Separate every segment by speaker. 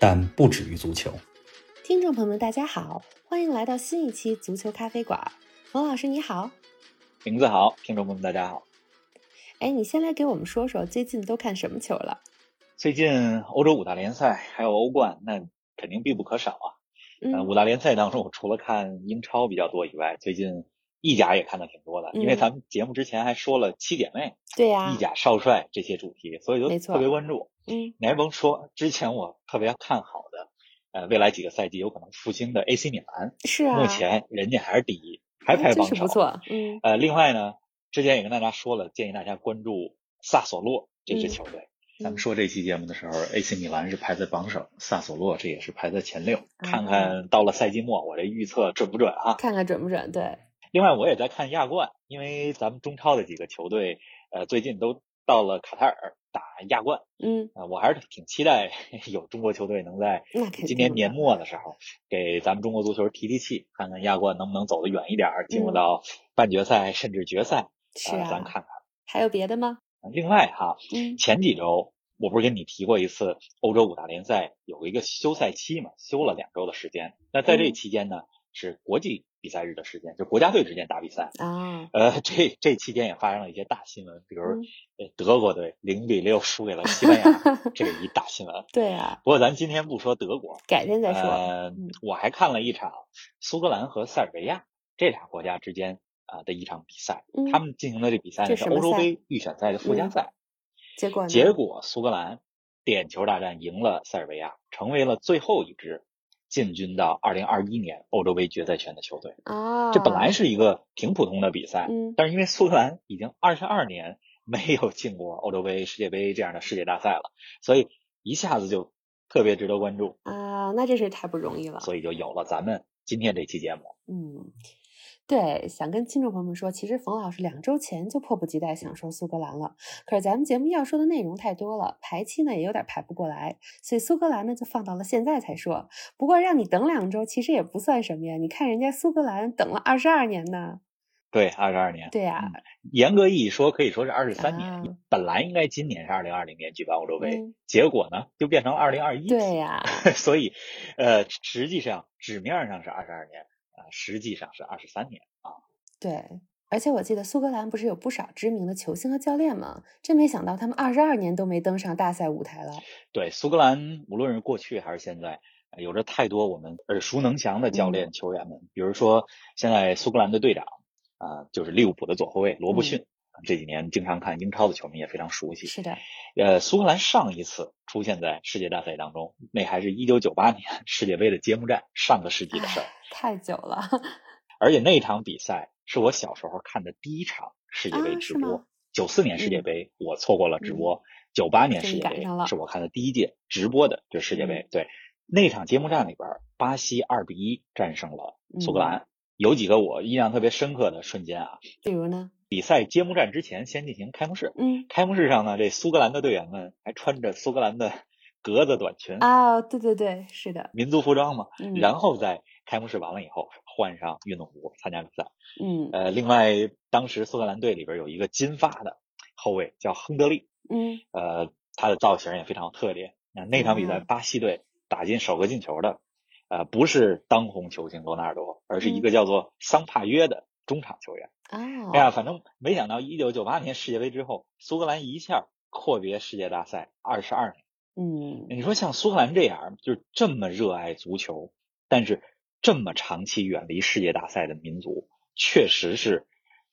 Speaker 1: 但不止于足球。
Speaker 2: 听众朋友们，大家好，欢迎来到新一期足球咖啡馆。冯老师你好，
Speaker 3: 名字好，听众朋友们大家好。
Speaker 2: 哎，你先来给我们说说最近都看什么球了？
Speaker 3: 最近欧洲五大联赛还有欧冠，那肯定必不可少啊。呃，
Speaker 2: 嗯
Speaker 3: 五大联赛当中，我除了看英超比较多以外，最近意甲也看的挺多的，因为
Speaker 2: 嗯
Speaker 3: 咱们节目之前还说了七姐妹、
Speaker 2: 对呀、
Speaker 3: 意甲少帅这些主题，所以就
Speaker 2: 没错
Speaker 3: 特别关注。
Speaker 2: 嗯
Speaker 3: 你还甭说，之前我特别看好的，呃，未来几个赛季有可能复兴的 AC 米兰，
Speaker 2: 是啊，
Speaker 3: 目前人家还是第一，还
Speaker 2: 哎
Speaker 3: 排
Speaker 2: 真
Speaker 3: 榜
Speaker 2: 是
Speaker 3: 首，
Speaker 2: 不错。嗯
Speaker 3: 呃，另外呢，之前也跟大家说了，建议大家关注萨索洛这支
Speaker 2: 嗯
Speaker 3: 球队。咱
Speaker 2: 嗯
Speaker 3: 们说这期节目的时候，AC 米兰是排在榜首，萨索洛这也是排在前六。看
Speaker 2: 啊
Speaker 3: 看到了赛季末，我这预测准不准啊？
Speaker 2: 看看准不准？对，
Speaker 3: 另外，我也在看亚冠，因为咱们中超的几个球队，呃，最近都到了卡塔尔打亚冠
Speaker 2: 嗯，
Speaker 3: 啊、呃我还是挺期待有中国球队能在
Speaker 2: 那肯定。
Speaker 3: 今年年，末的时候，给咱们中国足球提提气，看看亚冠能不能走得远一点儿，进入
Speaker 2: 嗯
Speaker 3: 到半决赛甚至决赛。
Speaker 2: 是
Speaker 3: 呃咱
Speaker 2: 啊，
Speaker 3: 看看。
Speaker 2: 还有别的吗？
Speaker 3: 另外哈，
Speaker 2: 嗯，
Speaker 3: 前几周我不是跟你提过一次，欧洲五大联赛有一个休赛期嘛，休了两周的时间。那在这
Speaker 2: 嗯
Speaker 3: 期间呢，是国际比赛日的时间，就国家队之间打比赛。
Speaker 2: 啊，
Speaker 3: 呃，这这期间也发生了一些大新闻，比如
Speaker 2: 嗯
Speaker 3: 呃德国队零比六输给了西班 牙，这是一大新闻。
Speaker 2: 对啊，
Speaker 3: 不过咱今天不说德国，
Speaker 2: 改天再说。
Speaker 3: 呃
Speaker 2: 嗯，
Speaker 3: 我还看了一场苏格兰和塞尔维亚这俩国家之间啊、的一场比赛，
Speaker 2: 嗯
Speaker 3: 他们进行的这比赛
Speaker 2: 这
Speaker 3: 呢是
Speaker 2: 什么
Speaker 3: 欧洲
Speaker 2: 赛
Speaker 3: 杯预选赛的附加
Speaker 2: 嗯
Speaker 3: 赛。
Speaker 2: 结果呢？
Speaker 3: 结果苏格兰点球大战赢了塞尔维亚，成为了最后一支进军到2021年欧洲杯决赛圈的球队。
Speaker 2: 啊，
Speaker 3: 这本来是一个挺普通的比赛，
Speaker 2: 嗯
Speaker 3: 但是因为苏格兰已经22年没有进过欧洲杯、世界杯这样的世界大赛了，所以一下子就特别值得关注，
Speaker 2: 啊，那真是太不容易了。
Speaker 3: 所以就有了咱们今天这期节目。
Speaker 2: 嗯，对，想跟听众朋友们说，其实冯老师两周前就迫不及待想说苏格兰了，可是咱们节目要说的内容太多了，排期呢也有点排不过来，所以苏格兰呢就放到了现在才说。不过让你等两周，其实也不算什么呀，你看人家苏格兰等了二十二年呢。
Speaker 3: 对，二十二年，
Speaker 2: 对呀、
Speaker 3: 严格意义说可以说是二十嗯三年。
Speaker 2: 啊
Speaker 3: 本来应该今年是2020年举办欧洲杯，
Speaker 2: 嗯
Speaker 3: 结果呢就变成2021。
Speaker 2: 对呀、
Speaker 3: 所以，呃，实际上纸面上是二十二年啊、实际上是二十三年啊。
Speaker 2: 对。而且我记得苏格兰不是有不少知名的球星和教练吗？真没想到他们二十二年都没登上大赛舞台了。
Speaker 3: 对，苏格兰无论是过去还是现在，呃有着太多我们耳熟能详的教
Speaker 2: 嗯
Speaker 3: 练、球员们，比如说现在苏格兰的队长啊、就是利物浦的左后卫罗伯逊。这几年经常看英超的球迷也非常熟
Speaker 2: 嗯
Speaker 3: 悉。
Speaker 2: 是的，
Speaker 3: 呃，苏格兰上一次出现在世界大赛当中，那还是一九九八年世界杯的揭幕战，上个世纪的事儿。
Speaker 2: 太久了
Speaker 3: 而且那场比赛是我小时候看的第一场世界杯
Speaker 2: 啊
Speaker 3: 直
Speaker 2: 是吗
Speaker 3: 播。九四年世界
Speaker 2: 嗯
Speaker 3: 杯我错过了直播，九八年
Speaker 2: 终
Speaker 3: 世
Speaker 2: 于
Speaker 3: 界
Speaker 2: 赶
Speaker 3: 杯
Speaker 2: 上了嗯
Speaker 3: 是我看的第一届直播的，就是世界杯。对，那场揭幕战里边，巴西二比一战胜了
Speaker 2: 嗯
Speaker 3: 苏格兰。有几个我印象特别深刻的瞬间啊！
Speaker 2: 比如呢？
Speaker 3: 比赛揭幕战之前，先进行开幕式。
Speaker 2: 嗯，
Speaker 3: 开幕式上呢，这苏格兰的队员们还穿着苏格兰的格子短裙，
Speaker 2: 啊，对对对，是的，
Speaker 3: 民族服装嘛。
Speaker 2: 嗯，
Speaker 3: 嗯然后在开幕式完了以后，换上运动服参加比赛。
Speaker 2: 嗯
Speaker 3: 呃，另外，当时苏格兰队里边有一个金发的后卫叫亨德利，
Speaker 2: 嗯
Speaker 3: 呃，他的造型也非常有特点。那那场比赛，
Speaker 2: 嗯
Speaker 3: 巴西队打进首个进球的，呃，不是当红球星罗纳尔多，而是一
Speaker 2: 嗯
Speaker 3: 个叫做桑帕约的中场球员。
Speaker 2: 哦，
Speaker 3: 哎呀，反正没想到，一九九八年世界杯之后，苏格兰一下阔别世界大赛二十二年。
Speaker 2: 嗯
Speaker 3: 你说像苏格兰这样，就是这么热爱足球，但是这么长期远离世界大赛的民族，确实是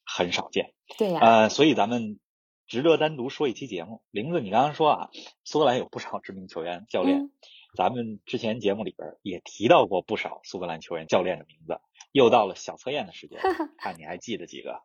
Speaker 3: 很少见。
Speaker 2: 对呀、
Speaker 3: 呃，所以咱们值得单独说一期节目。玲子，你刚刚说啊，苏格兰有不少知名球员、教练，
Speaker 2: 嗯
Speaker 3: 咱们之前节目里边也提到过不少苏格兰球员、教练的名字。又到了小测验的时间，看你还记得几个？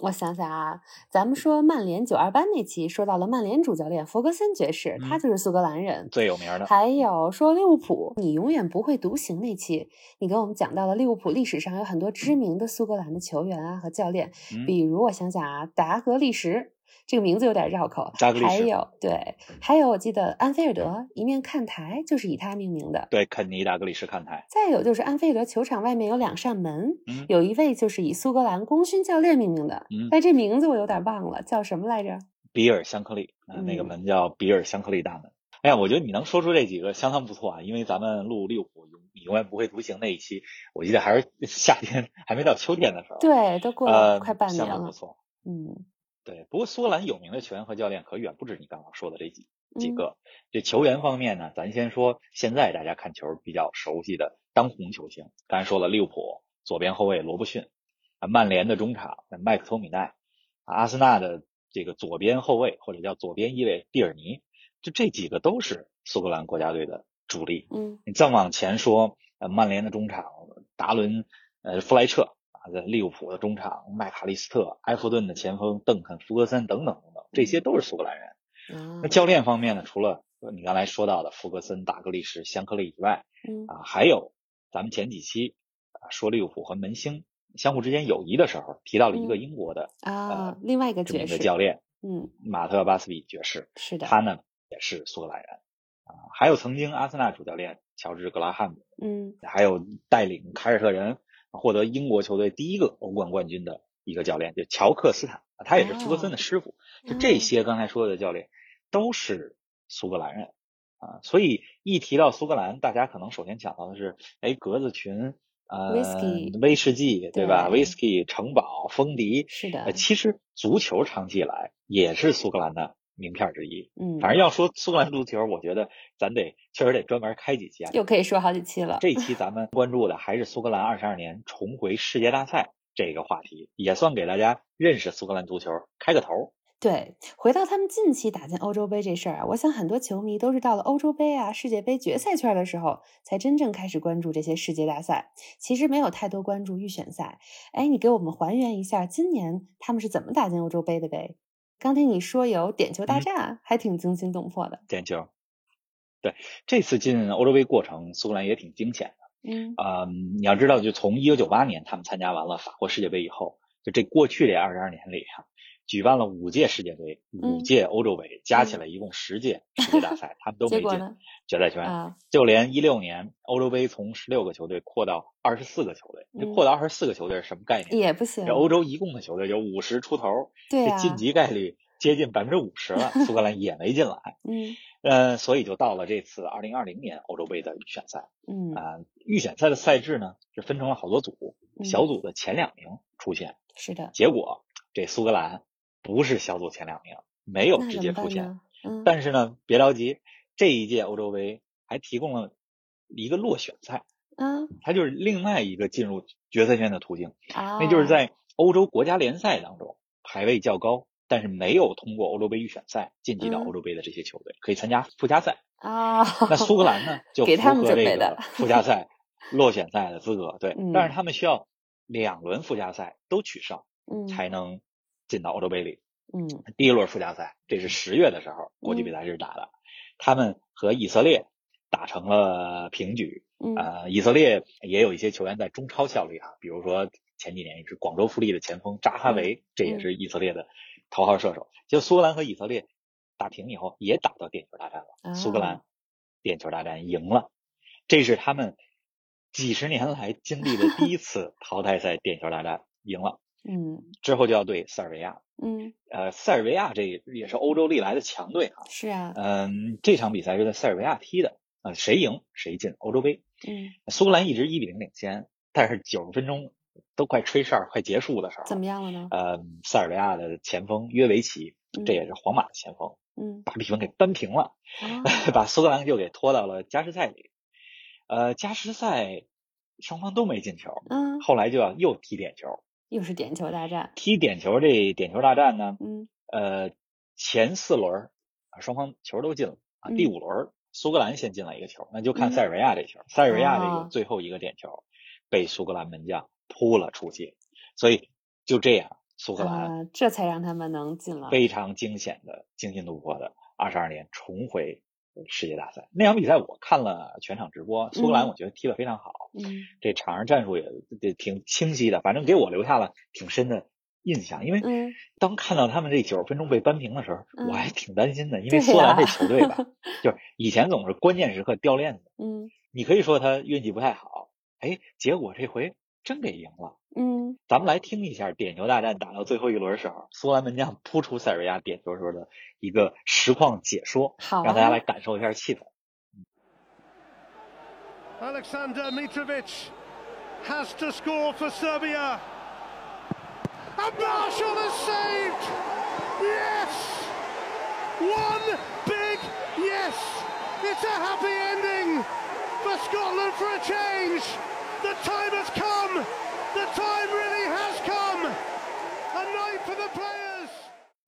Speaker 2: 我想想啊，咱们说曼联九二班那期说到了曼联主教练弗格森爵士，他
Speaker 3: 嗯
Speaker 2: 就是苏格兰人。
Speaker 3: 最有名的。
Speaker 2: 还有说利物浦，你永远不会独行那期，你给我们讲到了利物浦历史上有很多知名的苏格兰的球员啊和教练，
Speaker 3: 嗯
Speaker 2: 比如我想想啊，达格利什。这个名字有点绕口，
Speaker 3: 达格利
Speaker 2: 还
Speaker 3: 什
Speaker 2: 有对，还有我记得安菲尔德一面看台就是以他命名的，
Speaker 3: 对，肯尼达格里什看台，
Speaker 2: 再有就是安菲德球场外面有两扇门，
Speaker 3: 嗯
Speaker 2: 有一位就是以苏格兰功勋教练命名的，
Speaker 3: 嗯
Speaker 2: 但这名字我有点忘了，叫什么来着？
Speaker 3: 比尔香克利，啊，那个
Speaker 2: 嗯
Speaker 3: 门叫比尔香克利大门。哎呀，我觉得你能说出这几个相当不错啊，因为咱们录利物浦永你永远不会独行那一期，我记得还是 夏天，还没到秋天的时候。，
Speaker 2: 对，都过了
Speaker 3: 呃，
Speaker 2: 快半年
Speaker 3: 相当
Speaker 2: 了
Speaker 3: 不，错。
Speaker 2: 嗯，
Speaker 3: 对，不过苏格兰有名的球员和教练可远不止你刚刚说的这几几
Speaker 2: 嗯，
Speaker 3: 个。这球员方面呢，咱先说现在大家看球比较熟悉的当红球星，刚才说了利物浦左边后卫罗伯逊，啊，曼联的中场那麦克托米奈，啊，阿森纳的这个左边后卫或者叫左边翼卫蒂尔尼，就这几个都是苏格兰国家队的主力。
Speaker 2: 嗯
Speaker 3: 你再往前说，呃，曼联的中场达伦，呃，弗莱彻啊，在利物浦的中场麦卡利斯特，埃弗顿的前锋邓肯·福格森等等等等，这些都是苏格兰人。
Speaker 2: 啊
Speaker 3: 那，教练方面呢，除了呃你刚才说到的福格森、达格利什、香克利以外，
Speaker 2: 嗯
Speaker 3: 啊，还有咱们前几期啊说利物浦和门兴相互之间友谊的时候，提到了一个
Speaker 2: 嗯
Speaker 3: 英国的
Speaker 2: 啊，另外一个
Speaker 3: 呃知名
Speaker 2: 爵
Speaker 3: 的
Speaker 2: 士，
Speaker 3: 教练
Speaker 2: 嗯，
Speaker 3: 马特·巴斯比爵士，
Speaker 2: 是的，
Speaker 3: 他呢也是苏格兰人啊，还有曾经阿森纳主教练乔治·格拉汉姆。
Speaker 2: 嗯
Speaker 3: 还有带领凯尔特人啊获得英国球队第一个欧冠冠军的一个教练，就乔克斯坦，啊他也是福格森的师傅。
Speaker 2: 嗯
Speaker 3: 就这些刚才说的教练都是苏格兰人啊，所以一提到苏格兰，大家可能首先想到的是，哎，格子裙，呃
Speaker 2: Whisky，
Speaker 3: 威士忌，对吧
Speaker 2: 对
Speaker 3: ？Whisky、城堡、风笛，
Speaker 2: 是的
Speaker 3: 呃，其实足球长期以来也是苏格兰的名片之一。
Speaker 2: 嗯，
Speaker 3: 反正要说苏格兰足球，我觉得咱得确实得专门开几期啊，
Speaker 2: 又可以说好几期了，
Speaker 3: 这一期咱们关注的还是苏格兰二十二年重回世界大赛这个话题，也算给大家认识苏格兰足球开个头。
Speaker 2: 对，回到他们近期打进欧洲杯这事儿啊，我想很多球迷都是到了欧洲杯啊、世界杯决赛圈的时候，才真正开始关注这些世界大赛。其实没有太多关注预选赛。哎，你给我们还原一下今年他们是怎么打进欧洲杯的呗？刚听你说有点球大
Speaker 3: 嗯啊
Speaker 2: 战，还挺惊心动魄的。
Speaker 3: 点球，对，这次进欧洲杯过程，苏格兰也挺惊险
Speaker 2: 嗯
Speaker 3: 的。嗯，你要知道，就从一九九八年他们参加完了法国世界杯以后，就这过去这二十二年里啊，举办了五届世界杯、五
Speaker 2: 嗯
Speaker 3: 届欧洲杯，加起
Speaker 2: 嗯
Speaker 3: 来一共十届世界大赛，他们都
Speaker 2: 结
Speaker 3: 没
Speaker 2: 果
Speaker 3: 进
Speaker 2: 呢？
Speaker 3: 决赛圈。
Speaker 2: 啊，
Speaker 3: 就连一六年欧洲杯从十六个球队扩到二十四个球队，这
Speaker 2: 嗯
Speaker 3: 扩到二十四个球队是什么概念？
Speaker 2: 也不行
Speaker 3: 这。欧洲一共的球队有五十出头，
Speaker 2: 对
Speaker 3: 这
Speaker 2: 啊，
Speaker 3: 晋级概率接近百分之五十了，苏格兰也没进来。
Speaker 2: 嗯
Speaker 3: 呃，所以就到了这次二零二零年欧洲杯的预选赛
Speaker 2: 嗯，
Speaker 3: 啊、预选赛的赛制呢是分成了好多组，
Speaker 2: 嗯
Speaker 3: 小组的前两名出现，
Speaker 2: 是的。
Speaker 3: 结果这苏格兰不是小组前两名，没有
Speaker 2: 那
Speaker 3: 直
Speaker 2: 怎
Speaker 3: 接
Speaker 2: 么
Speaker 3: 出
Speaker 2: 办
Speaker 3: 现，
Speaker 2: 呢？嗯，
Speaker 3: 但是呢，别着急，这一届欧洲杯还提供了一个落选赛，
Speaker 2: 啊
Speaker 3: 它就是另外一个进入决赛圈的途径，
Speaker 2: 啊，
Speaker 3: 那就是在欧洲国家联赛当中排位较高，但是没有通过欧洲杯预选赛晋级到
Speaker 2: 嗯
Speaker 3: 欧洲杯的这些球队，可以参加附加赛。
Speaker 2: 啊，
Speaker 3: 那苏格 兰呢，就
Speaker 2: 给
Speaker 3: 符
Speaker 2: 他们
Speaker 3: 合
Speaker 2: 准
Speaker 3: 这
Speaker 2: 备的
Speaker 3: 个附加赛、落选赛的资格，对，
Speaker 2: 嗯
Speaker 3: 但是他们需要两轮附加赛都取胜，
Speaker 2: 嗯
Speaker 3: 才能进到欧洲杯里。
Speaker 2: 嗯
Speaker 3: 第一轮附加赛，这是十月的时候国际比赛日打的，他们和以色列打成了平局。
Speaker 2: 嗯
Speaker 3: 呃，以色列也有一些球员在中超效力啊，比如说前几年一支广州富力的前锋扎哈维，这也是以色列的头号射手。就苏格兰和以色列打平以后，也打到点球大战了，
Speaker 2: 啊
Speaker 3: 苏格兰点球大战赢了，这是他们几十年来经历的第一次淘汰赛点球大战赢了，
Speaker 2: 嗯
Speaker 3: 之后就要对塞尔维亚了。
Speaker 2: 嗯，
Speaker 3: 呃，塞尔维亚这也是欧洲历来的强队啊。
Speaker 2: 是啊，
Speaker 3: 嗯，这场比赛是在塞尔维亚踢的，呃，谁赢谁进欧洲杯。
Speaker 2: 嗯，
Speaker 3: 苏格兰一直一比零领先，但是九十分钟都快吹哨、快结束的时候，
Speaker 2: 怎么样了呢？
Speaker 3: 呃，塞尔维亚的前锋约维奇，
Speaker 2: 嗯
Speaker 3: 这也是皇马的前锋，
Speaker 2: 嗯
Speaker 3: 把比分给扳平了，
Speaker 2: 啊
Speaker 3: 把苏格兰就给拖到了加时赛里。呃，加时赛双方都没进球，
Speaker 2: 嗯，
Speaker 3: 后来就要又踢点球，
Speaker 2: 又是点球大战，
Speaker 3: 踢点球这点球大战呢，
Speaker 2: 嗯
Speaker 3: 呃，前四轮儿啊，双方球都进了啊，第
Speaker 2: 嗯
Speaker 3: 五轮儿苏格兰先进了一个球，那就看
Speaker 2: 嗯
Speaker 3: 塞尔维亚这球，塞尔维亚这
Speaker 2: 哦
Speaker 3: 个最后一个点球被苏格兰门将扑了出去，所以就这样，苏格兰
Speaker 2: 啊，这才让他们能进了。
Speaker 3: 非常惊险的、惊心动魄的二十二年重回世界大赛。那场比赛我看了全场直播，苏格兰我觉得踢得非常好，
Speaker 2: 嗯
Speaker 3: 这场上战术也也挺清晰的，反正给我留下了挺深的印象。因为
Speaker 2: 嗯，
Speaker 3: 当看到他们这九十分钟被扳平的时候，
Speaker 2: 嗯
Speaker 3: 我还挺担心的，因
Speaker 2: 对
Speaker 3: 为苏格兰这
Speaker 2: 呀
Speaker 3: 球队吧，就是以前总是关键时刻掉链子，
Speaker 2: 嗯
Speaker 3: 你可以说他运气不太好，哎，结果这回真给赢了。
Speaker 2: 嗯
Speaker 3: 咱们来听一下点球大战打到最后一轮时候，苏格兰门将扑出塞尔维亚点球时候的一个实况解说，
Speaker 2: 好
Speaker 3: 让大家来
Speaker 2: 啊，
Speaker 3: 感受一下气氛。
Speaker 4: Alexander Mitrovic has to score for Serbia. And Marshall has saved! Yes! One big yes! It's a happy ending for Scotland for a change! The time has come! The time really has come! A night for the players!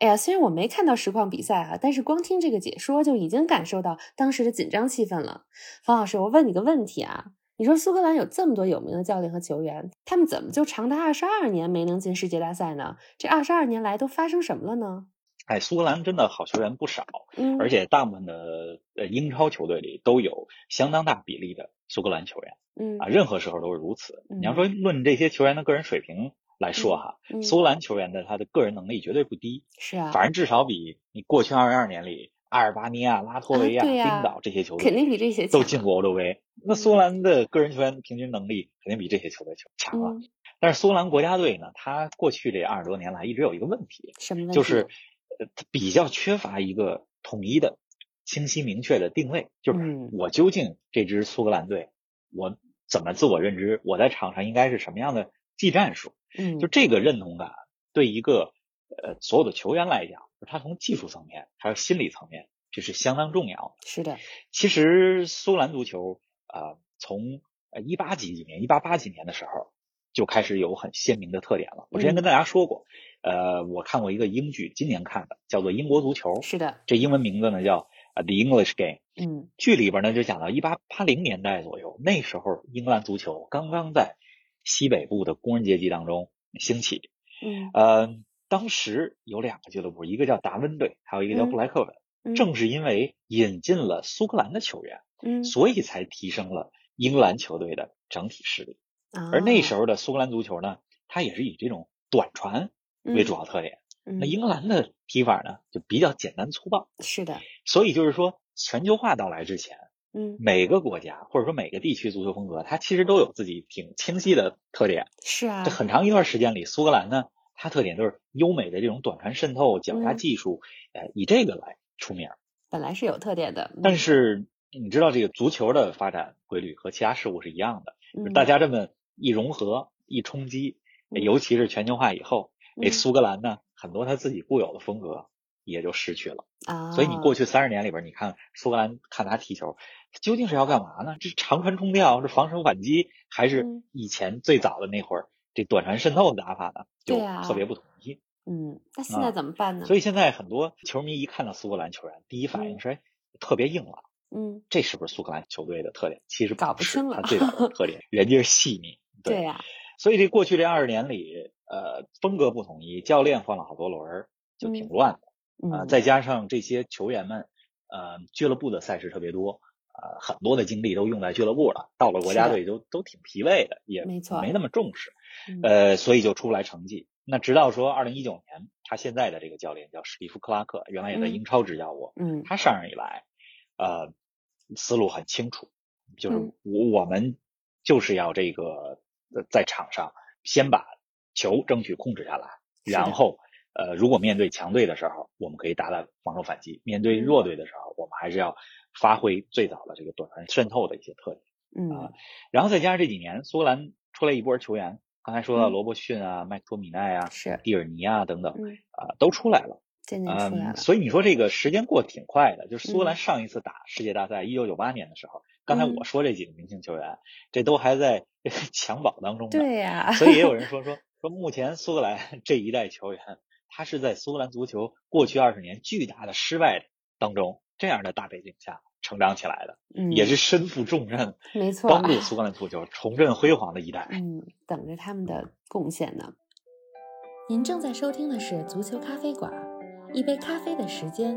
Speaker 2: 哎呀，虽然我没看到实况比赛啊，但是光听这个解说就已经感受到当时的紧张气氛了。方老师，我问你个问题啊，你说苏格兰有这么多有名的教练和球员，他们怎么就长达二十二年没能进世界大赛呢？这二十二年来都发生什么了呢？
Speaker 3: 哎，苏格兰真的好球员不少，
Speaker 2: 嗯，
Speaker 3: 而且大部分的呃英超球队里都有相当大比例的苏格兰球员
Speaker 2: 嗯
Speaker 3: 啊，任何时候都是如此。
Speaker 2: 嗯
Speaker 3: 你要说论这些球员的个人水平来说哈，
Speaker 2: 嗯
Speaker 3: 苏格兰球员的他的个人能力绝对不低，
Speaker 2: 是啊，
Speaker 3: 反正至少比你过去二十二年里阿尔巴尼亚、拉脱维亚、
Speaker 2: 啊对呀
Speaker 3: 冰岛这些球队
Speaker 2: 肯定比嗯这些
Speaker 3: 都
Speaker 2: 强
Speaker 3: 进过欧洲杯。那苏格兰的个人球员平均能力肯定比这些球队球强啊。
Speaker 2: 嗯，
Speaker 3: 但是苏格兰国家队呢，他过去这二十多年来一直有一个问题，
Speaker 2: 什么问题？
Speaker 3: 就是呃，他比较缺乏一个统一的、清晰明确的定位，就是
Speaker 2: 嗯
Speaker 3: 我究竟这支苏格兰队，我怎么自我认知，我在场上应该是什么样的技战术？
Speaker 2: 嗯，
Speaker 3: 就这个认同感，对一个呃所有的球员来讲，就是他从技术层面还有心理层面，这是相当重要的。
Speaker 2: 是的，
Speaker 3: 其实苏格兰足球啊、呃从一八几几年、一八八几年的时候就开始有很鲜明的特点了。我之
Speaker 2: 嗯
Speaker 3: 前跟大家说过，呃，我看过一个英剧，今年看的，叫做《英国足球》，
Speaker 2: 是的，
Speaker 3: 这英文名字呢叫呃《The English Game》。
Speaker 2: 嗯
Speaker 3: 剧里边呢就讲到一八八零年代左右，那时候英格兰足球刚刚在西北部的工人阶级当中兴起，
Speaker 2: 嗯
Speaker 3: 呃，当时有两个俱乐部，一个叫达温队，还有一个叫布莱克文。
Speaker 2: 嗯
Speaker 3: 正是因为引进了苏格兰的球员，
Speaker 2: 嗯，
Speaker 3: 所以才提升了英格兰球队的整体实力。而那
Speaker 2: 啊
Speaker 3: 时候的苏格兰足球呢，它也是以这种短传为主要特点。
Speaker 2: 嗯，嗯
Speaker 3: 那英格兰的踢法呢，就比较简单粗暴。
Speaker 2: 是的，
Speaker 3: 所以就是说，全球化到来之前，
Speaker 2: 嗯
Speaker 3: 每个国家或者说每个地区足球风格，它其实都有自己挺清晰的特点。
Speaker 2: 是啊
Speaker 3: 这，很长一段时间里，苏格兰呢，它特点就是优美的这种短传渗透、脚下
Speaker 2: 嗯
Speaker 3: 技术，呃，以这个来出名儿。
Speaker 2: 本来是有特点的，
Speaker 3: 但是你知道，这个足球的发展规律和其他事物是一样的，就是
Speaker 2: 嗯
Speaker 3: 大家这么一融合、一冲击，
Speaker 2: 嗯
Speaker 3: 尤其是全球化以后，
Speaker 2: 嗯
Speaker 3: 这苏格兰呢，很多他自己固有的风格也就失去了。
Speaker 2: 啊，
Speaker 3: 所以你过去三十年里边，你看苏格兰看他踢球，究竟是要干嘛呢？这是长传冲吊，是防守反击，还是
Speaker 2: 嗯
Speaker 3: 以前最早的那会儿这短传渗透的打法呢？就
Speaker 2: 对啊
Speaker 3: 特别不统一。
Speaker 2: 嗯，那现在
Speaker 3: 啊
Speaker 2: 怎么办呢？
Speaker 3: 所以现在很多球迷一看到苏格兰球员，第一反应是哎特别硬朗，
Speaker 2: 嗯，
Speaker 3: 这是不是苏格兰球队的特点？其实
Speaker 2: 搞不
Speaker 3: 不是
Speaker 2: 清了
Speaker 3: 它最早的特点，人家是细腻。
Speaker 2: 对啊呀，
Speaker 3: 所以这过去这二十年里，呃，风格不统一，教练换了好多轮儿，就挺乱的。啊、
Speaker 2: 嗯，
Speaker 3: 再加上这些球员们，呃，俱乐部的赛事特别多，呃，很多的精力都用在俱乐部了，到了国家
Speaker 2: 是的
Speaker 3: 队都都挺疲惫的，也
Speaker 2: 没错
Speaker 3: 没那么重视，
Speaker 2: 嗯
Speaker 3: 呃，所以就出不来成绩。那直到说二零一九年，他现在的这个教练叫史蒂夫·克拉克，原来也在
Speaker 2: 嗯
Speaker 3: 英超执教过，
Speaker 2: 嗯
Speaker 3: 他上任以来，呃，思路很清楚，就是
Speaker 2: 嗯
Speaker 3: 我我们就是要这个呃在场上先把球争取控制下来，
Speaker 2: 嗯是的
Speaker 3: 然后呃如果面对强队的时候，我们可以打打防守反击；面对
Speaker 2: 嗯
Speaker 3: 弱队的时候，我们还是要发挥最早的这个短传渗透的一些特点。
Speaker 2: 嗯
Speaker 5: 啊
Speaker 3: 然后再加上这几年苏格兰出来一波球员，刚才说到
Speaker 2: 嗯
Speaker 3: 罗伯逊啊、麦克托米奈啊、
Speaker 2: 是，
Speaker 3: 蒂尔尼啊等等
Speaker 2: 嗯，
Speaker 3: 啊、都出来了。
Speaker 2: 渐渐出来
Speaker 3: 嗯，
Speaker 2: 了，
Speaker 3: 所以你说这个时间过得挺快的，就是苏格兰
Speaker 2: 嗯
Speaker 3: 上一次打世界大赛，一九九八年的时候，刚才
Speaker 2: 嗯
Speaker 3: 我说这几个明星球员，这都还在 襁褓当中呢。
Speaker 2: 对呀，
Speaker 3: 所以也有人说说说，目前苏格兰这一代球员，他是在苏格兰足球过去二十年巨大的失败当中，这样的大背景下成长起来的，
Speaker 2: 嗯
Speaker 3: 也是身负重任，
Speaker 2: 没错，嗯
Speaker 3: 帮助苏格兰足球重振辉煌的一代。
Speaker 2: 嗯，等着他们的贡献呢。
Speaker 5: 嗯您正在收听的是《足球咖啡馆》，一杯咖啡的时间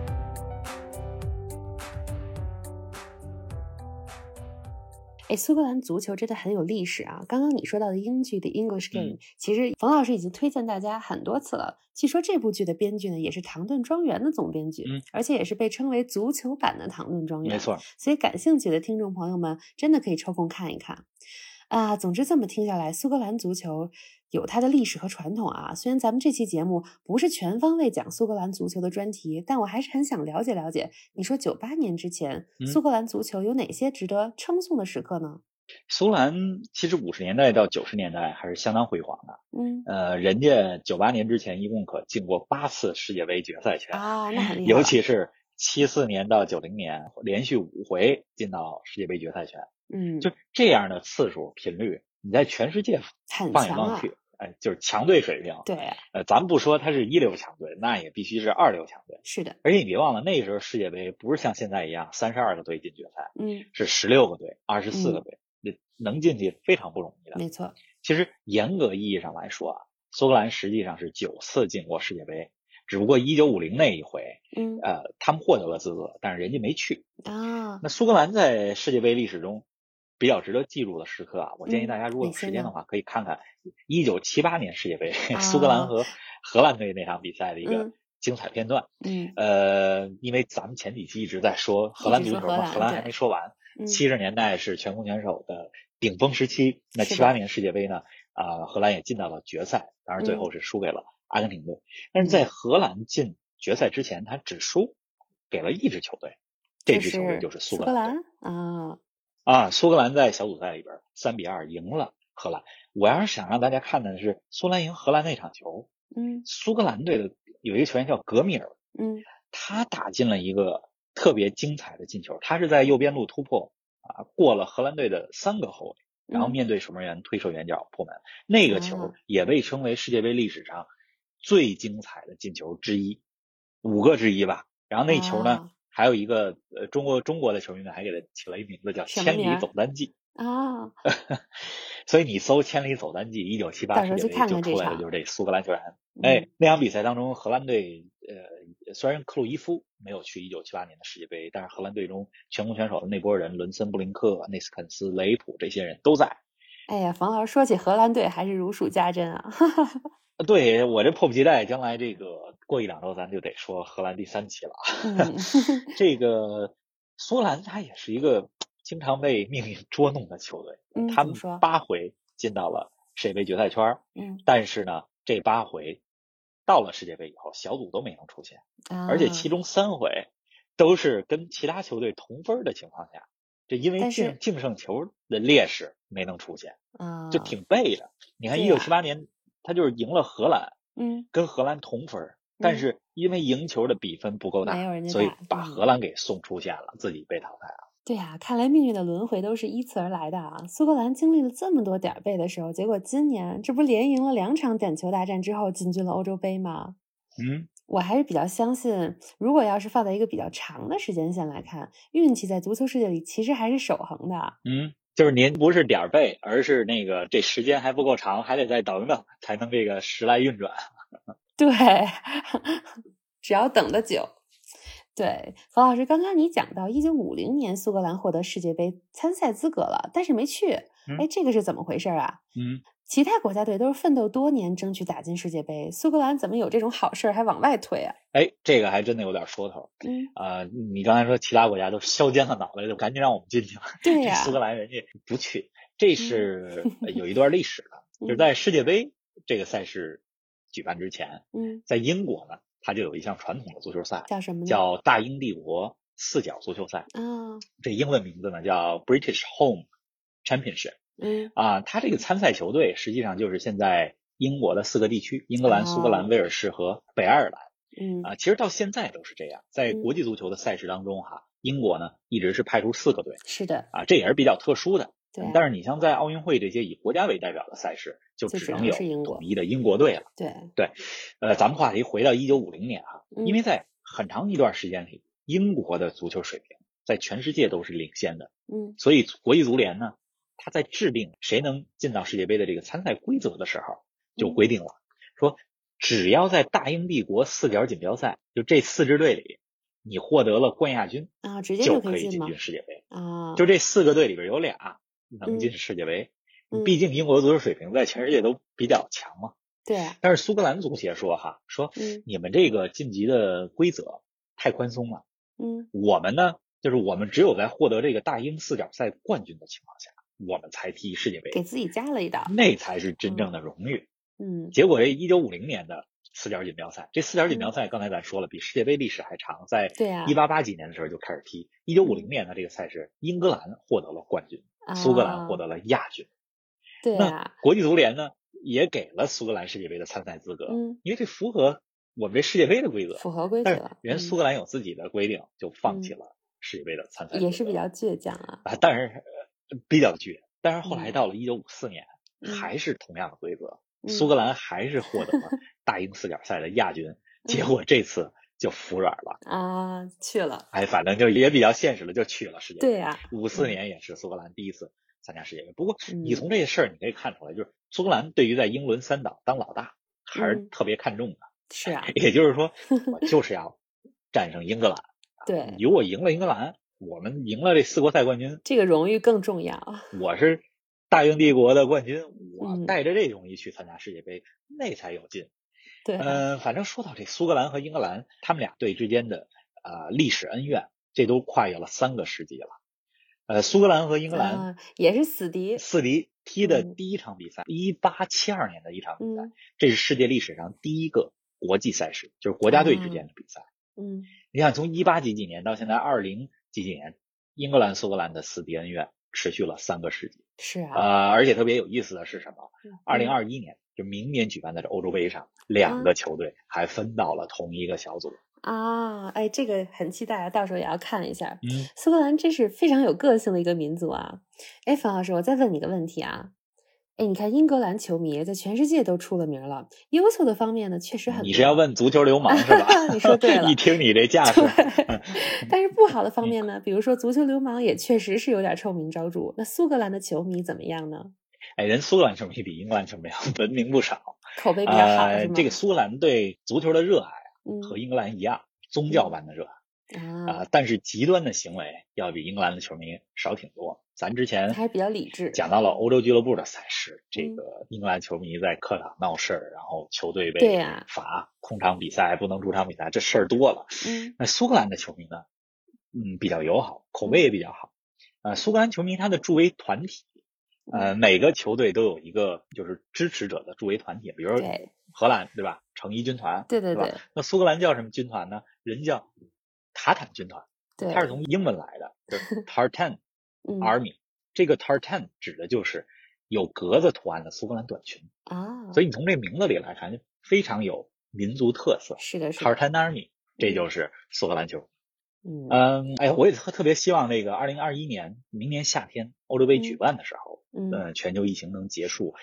Speaker 2: 哎，苏格兰足球真的很有历史啊！刚刚你说到的英剧的《English
Speaker 5: 嗯
Speaker 2: Game》，其实冯老师已经推荐大家很多次了。据说这部剧的编剧呢，也是《唐顿庄园》的总编剧，
Speaker 3: 嗯
Speaker 2: 而且也是被称为足球版的《唐顿庄园》。
Speaker 3: 没错，
Speaker 2: 所以感兴趣的听众朋友们，真的可以抽空看一看。啊，总之这么听下来，苏格兰足球有它的历史和传统啊。虽然咱们这期节目不是全方位讲苏格兰足球的专题，但我还是很想了解了解。你说九八年之前，
Speaker 3: 嗯
Speaker 2: 苏格兰足球有哪些值得称颂的时刻呢？
Speaker 3: 苏格兰其实五十年代到九十年代还是相当辉煌的。
Speaker 2: 嗯
Speaker 3: 呃，人家九八年之前一共可进过八次世界杯决赛圈，
Speaker 2: 啊，那很厉害了，
Speaker 3: 呃尤其是七四年到九零年连续五回进到世界杯决赛圈，
Speaker 2: 嗯，
Speaker 3: 就这样的次数频率，你在全世界
Speaker 2: 很
Speaker 3: 放眼
Speaker 2: 强
Speaker 3: 望
Speaker 2: 啊
Speaker 3: 去，哎，就是强队水平。
Speaker 2: 对啊，
Speaker 3: 呃，咱不说它是一流强队，那也必须是二流强队。
Speaker 2: 是的，
Speaker 3: 而且你别忘了，那时候世界杯不是像现在一样三十二个队进决赛，
Speaker 2: 嗯，
Speaker 3: 是十六个队、二十四个
Speaker 2: 嗯
Speaker 3: 队，那能进去非常不容易的。
Speaker 2: 没错，
Speaker 3: 其实严格意义上来说啊，苏格兰实际上是九次进过世界杯，只不过一九五零那一回，
Speaker 2: 嗯
Speaker 3: 呃，他们获得了资格，但是人家没去。
Speaker 2: 啊，
Speaker 3: 那苏格兰在世界杯历史中比较值得记住的时刻啊，我建议
Speaker 2: 嗯
Speaker 3: 大家如果有
Speaker 2: 哪些
Speaker 3: 时间的
Speaker 2: 呢
Speaker 3: 话，可以看看一九七八年世界杯苏格
Speaker 2: 啊
Speaker 3: 兰和荷兰队那场比赛的一
Speaker 2: 嗯
Speaker 3: 个精彩片段。
Speaker 2: 嗯
Speaker 3: 呃，因为咱们前几期一直在说荷兰
Speaker 2: 一直
Speaker 3: 足球
Speaker 2: 说荷
Speaker 3: 嘛，
Speaker 2: 兰
Speaker 3: 荷兰还
Speaker 2: 对
Speaker 3: 没说完。
Speaker 2: 嗯
Speaker 3: 七十年代是全攻全守的顶峰时期，那
Speaker 2: 是
Speaker 3: 七
Speaker 2: 的
Speaker 3: 八年世界杯呢，啊、荷兰也进到了决赛，当然最
Speaker 2: 嗯
Speaker 3: 后是输给了阿根廷队。但是在荷兰进决赛之前，他只输给了一支球队，这支球队就是苏
Speaker 2: 格
Speaker 3: 格兰队。
Speaker 2: 兰啊，
Speaker 3: 啊，苏格兰在小组赛里边三比二赢了荷兰。我要是想让大家看的是苏格兰赢荷兰那场球，
Speaker 2: 嗯
Speaker 3: 苏格兰队的有一个球员叫格米尔，
Speaker 2: 嗯
Speaker 3: 他打进了一个特别精彩的进球，他是在右边路突破啊，过了荷兰队的三个后卫，然后
Speaker 2: 嗯
Speaker 3: 面对守门员推射远角破门，那个
Speaker 2: 啊
Speaker 3: 球也被称为世界杯历史上最精彩的进球之一，五个之一吧。然后那球呢，
Speaker 2: 啊
Speaker 3: 还有一个呃中国中国的球迷们还给他起了一名字叫“
Speaker 2: 什么
Speaker 3: 千
Speaker 2: 名
Speaker 3: 里
Speaker 2: 儿
Speaker 3: 走单骑
Speaker 2: 啊，”，
Speaker 3: 所以你搜“千里走单骑”，一九七
Speaker 2: 到
Speaker 3: 八
Speaker 2: 时候
Speaker 3: 世界
Speaker 2: 去
Speaker 3: 杯
Speaker 2: 看
Speaker 3: 就
Speaker 2: 看这
Speaker 3: 出来的
Speaker 2: 场
Speaker 3: 就是这苏格兰球员哎
Speaker 2: 嗯，，
Speaker 3: 那场比赛当中，荷兰队呃，虽然克鲁伊夫没有去一九七八年的世界杯，但是荷兰队中全攻全守的那波人，伦森、布林克、内斯肯斯、雷普这些人都在。
Speaker 2: 哎呀，冯老师说起荷兰队还是如数家珍啊，哈哈哈
Speaker 3: 呃对我这迫不及待，将来这个过一两周咱就得说荷兰第三期 了。啊
Speaker 2: 嗯
Speaker 3: 这个苏格兰它也是一个经常被命运捉弄的球队，
Speaker 2: 嗯，
Speaker 3: 他
Speaker 2: 怎么
Speaker 3: 们
Speaker 2: 说？
Speaker 3: 八回进到了世界杯决赛圈儿，
Speaker 2: 嗯
Speaker 3: 但是呢，这八回到了世界杯以后，小组都没能出现。
Speaker 2: 啊，
Speaker 3: 而且其中三回都是跟其他球队同分儿的情况下，就因为
Speaker 2: 但是
Speaker 3: 净净胜球的劣势没能出现，
Speaker 2: 啊
Speaker 3: 就挺背的。你看
Speaker 2: 对
Speaker 3: 一
Speaker 2: 呀
Speaker 3: 九七八年，他就是赢了荷兰，
Speaker 2: 嗯
Speaker 3: 跟荷兰同分儿，但
Speaker 2: 嗯
Speaker 3: 是因为赢球的比分不够
Speaker 2: 没有
Speaker 3: 大
Speaker 2: 人，家
Speaker 3: 所以
Speaker 2: 大
Speaker 3: 把
Speaker 2: 嗯
Speaker 3: 荷兰给送出线了，自己被淘汰了。
Speaker 2: 对呀、看来命运的轮回都是依次而来的啊！苏格兰经历了这么多点儿背的时候，结果今年这不连赢了两场点球大战之后进军了欧洲杯吗？
Speaker 3: 嗯，
Speaker 2: 我还是比较相信，如果要是放在一个比较长的时间线来看，运气在足球世界里其实还是守恒的。
Speaker 3: 嗯，就是您不是点儿背，而是那个这时间还不够长，还得再等等才能这个时来运转。
Speaker 2: 对， 只要等得久。对，冯老师，刚刚你讲到一九五零年苏格兰获得世界杯参赛资格了，但是没去，
Speaker 3: 嗯
Speaker 2: 哎，这个是怎么回事儿啊？
Speaker 3: 嗯，
Speaker 2: 其他国家队都是奋斗多年争取打进世界杯，苏格兰怎么有这种好事儿还往外推啊？
Speaker 3: 哎，这个还真的有点说头。
Speaker 2: 嗯，
Speaker 3: 啊，你刚才说其他国家都削尖了脑袋，就赶紧让我们进去吧。
Speaker 2: 对
Speaker 3: 这
Speaker 2: 呀、
Speaker 3: 苏格兰人家不去，这是呃有一段历史 的，就是
Speaker 2: 嗯
Speaker 3: 在世界杯这个赛事举办之前，
Speaker 2: 嗯，
Speaker 3: 在英国呢，它就有一项传统的足球赛，
Speaker 2: 叫什么呢？
Speaker 3: 叫大英帝国四角足球赛，
Speaker 2: 啊，
Speaker 3: 这英文名字呢叫 British Home Championship
Speaker 2: 嗯
Speaker 3: 啊，它这个参赛球队实际上就是现在英国的四个地区：英格兰、苏格
Speaker 2: 哦
Speaker 3: 兰、威尔士和北爱尔兰。
Speaker 2: 嗯
Speaker 3: 啊，其实到现在都是这样，在
Speaker 2: 嗯
Speaker 3: 国际足球的赛事当中哈、英国呢一直是派出四个队
Speaker 2: 是的，
Speaker 3: 啊，这也是比较特殊的。
Speaker 2: 对，
Speaker 3: 但是你像在奥运会这些以国家为代表的赛事，就
Speaker 2: 就只
Speaker 3: 只能
Speaker 2: 能
Speaker 3: 有
Speaker 2: 是英国
Speaker 3: 统一的英国队了。
Speaker 2: 对，
Speaker 3: 呃，咱们话题回到一九五零年啊，因为
Speaker 2: 嗯
Speaker 3: 在很长一段时间里，英国的足球水平在全世界都是领先的，
Speaker 2: 嗯
Speaker 3: 所以国际足联呢，它在制定谁能进到世界杯的这个参赛规则的时候，就
Speaker 2: 嗯
Speaker 3: 规定了，说只要在大英帝国四角锦标赛，就这四支队里，你获得了冠亚军，
Speaker 2: 啊，直接
Speaker 3: 就
Speaker 2: 可
Speaker 3: 可以
Speaker 2: 进
Speaker 3: 进
Speaker 2: 吗？
Speaker 3: 军世界杯。
Speaker 2: 啊，
Speaker 3: 就这四个队里边有俩能
Speaker 2: 嗯
Speaker 3: 进世界杯，
Speaker 2: 嗯
Speaker 3: 毕竟英国足球水平在全世界都比较强嘛。
Speaker 2: 对啊，
Speaker 3: 但是苏格兰足协说哈，说
Speaker 2: 嗯
Speaker 3: 你们这个晋级的规则太宽松了，
Speaker 2: 嗯
Speaker 3: 我们呢，就是我们只有在获得这个大英四角赛冠军的情况下，我们才踢世界
Speaker 2: 给
Speaker 3: 杯，
Speaker 2: 自己加了一道，
Speaker 3: 那才是真正的荣誉。
Speaker 2: 嗯
Speaker 3: 结果这一九五零年的四角锦标赛，这四角锦标
Speaker 2: 嗯
Speaker 3: 赛刚才咱说了，比世界杯历史还长，在
Speaker 2: 对啊嗯
Speaker 3: 一八八几年的时候就开始踢，一九五零年的这个赛事，英格兰获得了冠军，苏格兰获
Speaker 2: 啊
Speaker 3: 得了亚军。
Speaker 2: 对
Speaker 3: 那
Speaker 2: 啊，
Speaker 3: 国际足联呢，也给了苏格兰世界杯的参赛资格，
Speaker 2: 嗯，
Speaker 3: 因为这符合我们这世界杯的规则。
Speaker 2: 符合规则嗯
Speaker 3: 但是，人家苏格兰有自己的规定，就放弃了世界杯的参赛资
Speaker 2: 嗯
Speaker 3: 格，
Speaker 2: 也是比较倔强啊，
Speaker 3: 啊，但是呃比较倔。但是后来
Speaker 2: 嗯
Speaker 3: 到了一九五四年，
Speaker 2: 嗯
Speaker 3: 还是同样的规则，
Speaker 2: 嗯
Speaker 3: 苏格兰还是获得了大英四角赛的亚军，结
Speaker 2: 嗯
Speaker 3: 果这次就服软了。
Speaker 2: 啊去了，
Speaker 3: 哎，反正就也比较现实了，就去了世界杯。
Speaker 2: 对呀，
Speaker 3: 五四
Speaker 2: 嗯
Speaker 3: 年也是苏格兰第一次参加世界杯。不过你
Speaker 2: 嗯
Speaker 3: 从这个事儿你可以看出来，就是苏格兰对于在英伦三岛当老大还是
Speaker 2: 嗯
Speaker 3: 特别看重的。
Speaker 2: 是啊，
Speaker 3: 也就是说，我就是要战胜英 格兰。
Speaker 2: 对，
Speaker 3: 如果赢了英格兰，我们赢了这四国赛冠军，
Speaker 2: 这个荣誉更重要，啊
Speaker 3: 我是大英帝国的冠军，我
Speaker 2: 嗯
Speaker 3: 带着这荣誉去参加世界杯，那才有劲。
Speaker 2: 对啊，
Speaker 3: 嗯、反正说到这苏格兰和英格兰，他们俩队之间的啊、呃历史恩怨，这都跨越了三个世纪了。呃，苏格兰和英格兰
Speaker 2: 啊也是死敌，
Speaker 3: 四敌踢的
Speaker 2: 嗯
Speaker 3: 第一场比赛，一八七二年的一场比赛
Speaker 2: 嗯，
Speaker 3: 这是世界历史上第一个国际赛事，就是国家队
Speaker 2: 啊
Speaker 3: 之间的比赛。
Speaker 2: 嗯
Speaker 3: 你想，从一八几几年到现在二零几几年，英格兰、苏格兰的死敌恩怨持续了三个世纪。
Speaker 2: 是啊，
Speaker 3: 呃，而且特别有意思的是什么？二
Speaker 2: 嗯
Speaker 3: 零二一年，就明年举办的这欧洲杯上，两个球队还分到了同一个小组。
Speaker 2: 啊，哎，这个很期待啊，到时候也要看一下。
Speaker 3: 嗯，
Speaker 2: 苏格兰真是非常有个性的一个民族啊！哎，冯老师，我再问你个问题啊。哎，你看英格兰球迷在全世界都出了名了，优秀的方面呢确实很多。
Speaker 3: 你是要问足球流氓是
Speaker 2: ？
Speaker 3: 吧
Speaker 2: 你说 对了
Speaker 3: 一听你这架势，
Speaker 2: 对，但是不好的
Speaker 3: 嗯
Speaker 2: 方面呢，比如说足球流氓也确实是有点臭名昭著。那苏格兰的球迷怎么样呢？
Speaker 3: 哎，人苏格兰球迷比英格兰球迷要文明不少。
Speaker 2: 口碑比较好、
Speaker 3: 呃
Speaker 2: 是吗？
Speaker 3: 这个苏格兰对足球的热爱
Speaker 2: 嗯
Speaker 3: 和英格兰一样，宗教般的热爱啊、
Speaker 2: 啊，
Speaker 3: 但是极端的行为要比英格兰的球迷少挺多。咱之前
Speaker 2: 还是比较理智
Speaker 3: 讲到了欧洲俱乐部的赛事，这
Speaker 2: 嗯
Speaker 3: 个英格兰球迷在客场闹事儿，然后球队
Speaker 2: 对
Speaker 3: 被
Speaker 2: 呀
Speaker 3: 罚空场比赛不能主场比赛，这事儿多了。
Speaker 2: 嗯
Speaker 3: 那苏格兰的球迷呢，嗯，比较友好，口碑也比较好。呃，苏格兰球迷他的助威团体，
Speaker 2: 嗯
Speaker 3: 呃，每个球队都有一个就是支持者的助威团体，比如说
Speaker 2: 对
Speaker 3: 荷兰对吧，成衣军团，
Speaker 2: 对对
Speaker 3: 吧
Speaker 2: 对
Speaker 3: 那苏格兰叫什么军团呢？人叫塔坦军团，
Speaker 2: 对，
Speaker 3: 它是从英文来的，就是 Tartan
Speaker 2: 嗯
Speaker 3: Army。这个 Tartan 指的就是有格子图案的苏格兰短裙，
Speaker 2: 啊，
Speaker 3: 所
Speaker 2: 以
Speaker 3: 以你从这名字里来看，就非常有民族特色。
Speaker 2: 是的，是的，
Speaker 3: Tartan Army，这就是苏格兰球。
Speaker 2: 嗯
Speaker 3: 嗯，哎，我也特特别希望那个二零二一年明年夏天欧洲杯举
Speaker 2: 嗯
Speaker 3: 办的时候，
Speaker 2: 嗯
Speaker 3: 嗯，全球疫情能结束，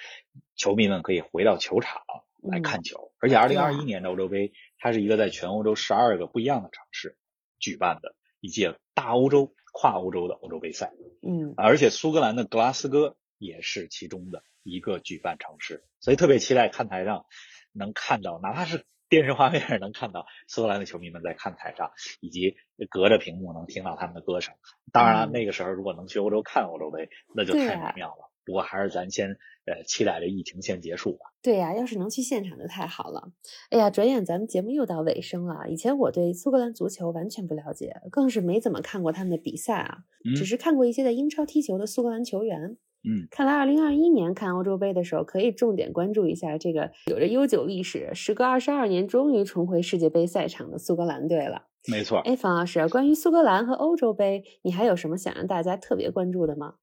Speaker 3: 球迷们可以回到球场来
Speaker 2: 嗯
Speaker 3: 看球。而且二
Speaker 2: 对
Speaker 3: 零
Speaker 2: 啊
Speaker 3: 二一年的欧洲杯，它是一个在全欧洲十二个不一样的城市举办的一届大欧洲、跨欧洲的欧洲杯赛，
Speaker 2: 嗯
Speaker 3: 而且苏格兰的格拉斯哥也是其中的一个举办城市，所以特别期待看台上能看到，哪怕是电视画面上能看到苏格兰的球迷们在看台上，以及隔着屏幕能听到他们的歌声。当然了，
Speaker 2: 嗯
Speaker 3: 那个时候如果能去欧洲看欧洲杯，那就
Speaker 2: 对
Speaker 3: 太
Speaker 2: 啊
Speaker 3: 美妙了。不过还是咱先呃期待这疫情先结束吧。
Speaker 2: 对呀、要是能去现场就太好了。哎呀，转眼咱们节目又到尾声了。以前我对苏格兰足球完全不了解，更是没怎么看过他们的比赛啊，只
Speaker 3: 嗯
Speaker 2: 是看过一些在英超踢球的苏格兰球员。
Speaker 3: 嗯，
Speaker 2: 看来二零二一年看欧洲杯的时候，可以重点关注一下这个有着悠久历史、时隔二十二年终于重回世界杯赛场的苏格兰队了。
Speaker 3: 没错。
Speaker 2: 哎，冯老师，关于苏格兰和欧洲杯，你还有什么想让大家特别关注的吗？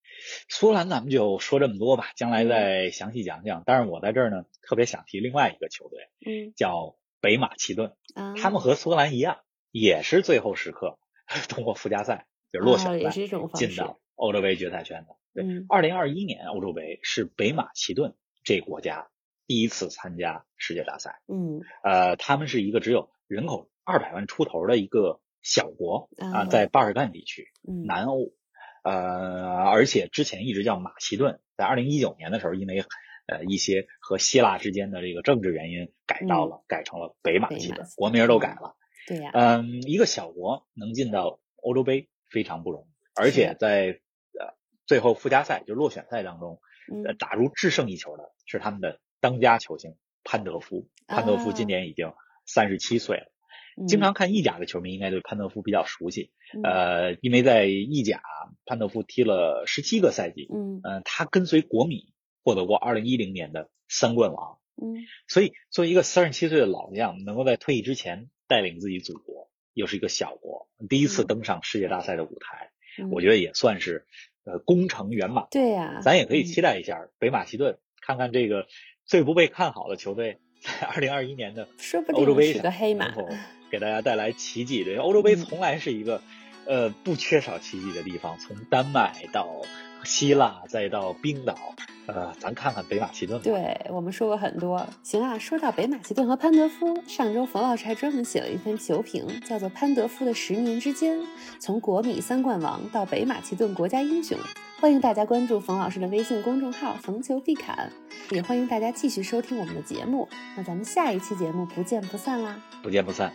Speaker 3: 苏格兰咱们就说这么多吧，将来
Speaker 2: 嗯
Speaker 3: 再详细讲讲。但是我在这儿呢，特别想提另外一个球队，
Speaker 2: 嗯
Speaker 3: 叫北马其顿。
Speaker 2: 啊，
Speaker 3: 他们和苏格兰一样，也是最后时刻 通过附加赛，就是落选
Speaker 2: 啊也是一
Speaker 3: 赛
Speaker 2: 种方
Speaker 3: 进
Speaker 2: 式。
Speaker 3: 到欧洲杯决赛圈的。对，
Speaker 2: 嗯
Speaker 3: 二零二一年欧洲杯是北马其顿这国家第一次参加世界大赛。
Speaker 2: 嗯
Speaker 3: 呃，他们是一个只有人口二百万出头的一个小国啊、
Speaker 2: 啊
Speaker 3: 在巴尔干地区，
Speaker 2: 嗯，
Speaker 3: 南欧，呃，而且之前一直叫马其顿，在二零一九年的时候，因为呃一些和希腊之间的这个政治原因，改到了、改成了北马
Speaker 2: 北
Speaker 3: 其
Speaker 2: 马
Speaker 3: 顿
Speaker 2: 其，
Speaker 3: 国名儿都改了。
Speaker 2: 对呀，
Speaker 3: 嗯，一个小国能进到欧洲杯非常不容易，而且在呃最后附加赛就落选赛当中，呃
Speaker 2: 嗯
Speaker 3: 打入制胜一球的是他们的当家球星潘德夫。潘德夫今
Speaker 2: 啊
Speaker 3: 年已经三十七岁了。经常看意甲的球迷应该对潘德夫比较熟悉，
Speaker 2: 嗯
Speaker 3: 呃，因为在意甲，潘德夫踢了十七个赛季，
Speaker 2: 嗯
Speaker 3: 嗯、他跟随国米获得过二零一零年的三冠王，
Speaker 2: 嗯
Speaker 3: 所以作为一个三十七岁的老将，能够在退役之前带领自己祖国，又是一个小国，第一次
Speaker 2: 嗯
Speaker 3: 登上世界大赛的舞台，
Speaker 2: 嗯，
Speaker 3: 我
Speaker 2: 得
Speaker 3: 觉得也算是呃功成圆满。
Speaker 2: 对呀，
Speaker 3: 咱也可以期
Speaker 2: 待
Speaker 3: 待一下北马其顿，看看这个最不被看好的球队在二零二一年的
Speaker 2: 说不
Speaker 3: 欧洲
Speaker 2: 定
Speaker 3: 杯
Speaker 2: 是
Speaker 3: 上
Speaker 2: 个黑马
Speaker 3: 能，否给大家带来奇迹。对，欧洲杯
Speaker 2: 嗯
Speaker 3: 从来是一个呃不缺少奇迹的地方，从丹麦到希腊，再到冰岛，呃，咱看看北马其顿吧。
Speaker 2: 对我们说过很多。行啊，说到北马其顿和潘德夫，上周冯老师还专门写了一篇球评，叫做《潘德夫的十年之间：从国米三冠王到北马其顿国家英雄》。欢迎大家关注冯老师的微信公众号“冯球必侃”，也欢迎大家继续收听我们的节目。那咱们下一期节目不见不散啦！
Speaker 3: 不见不散。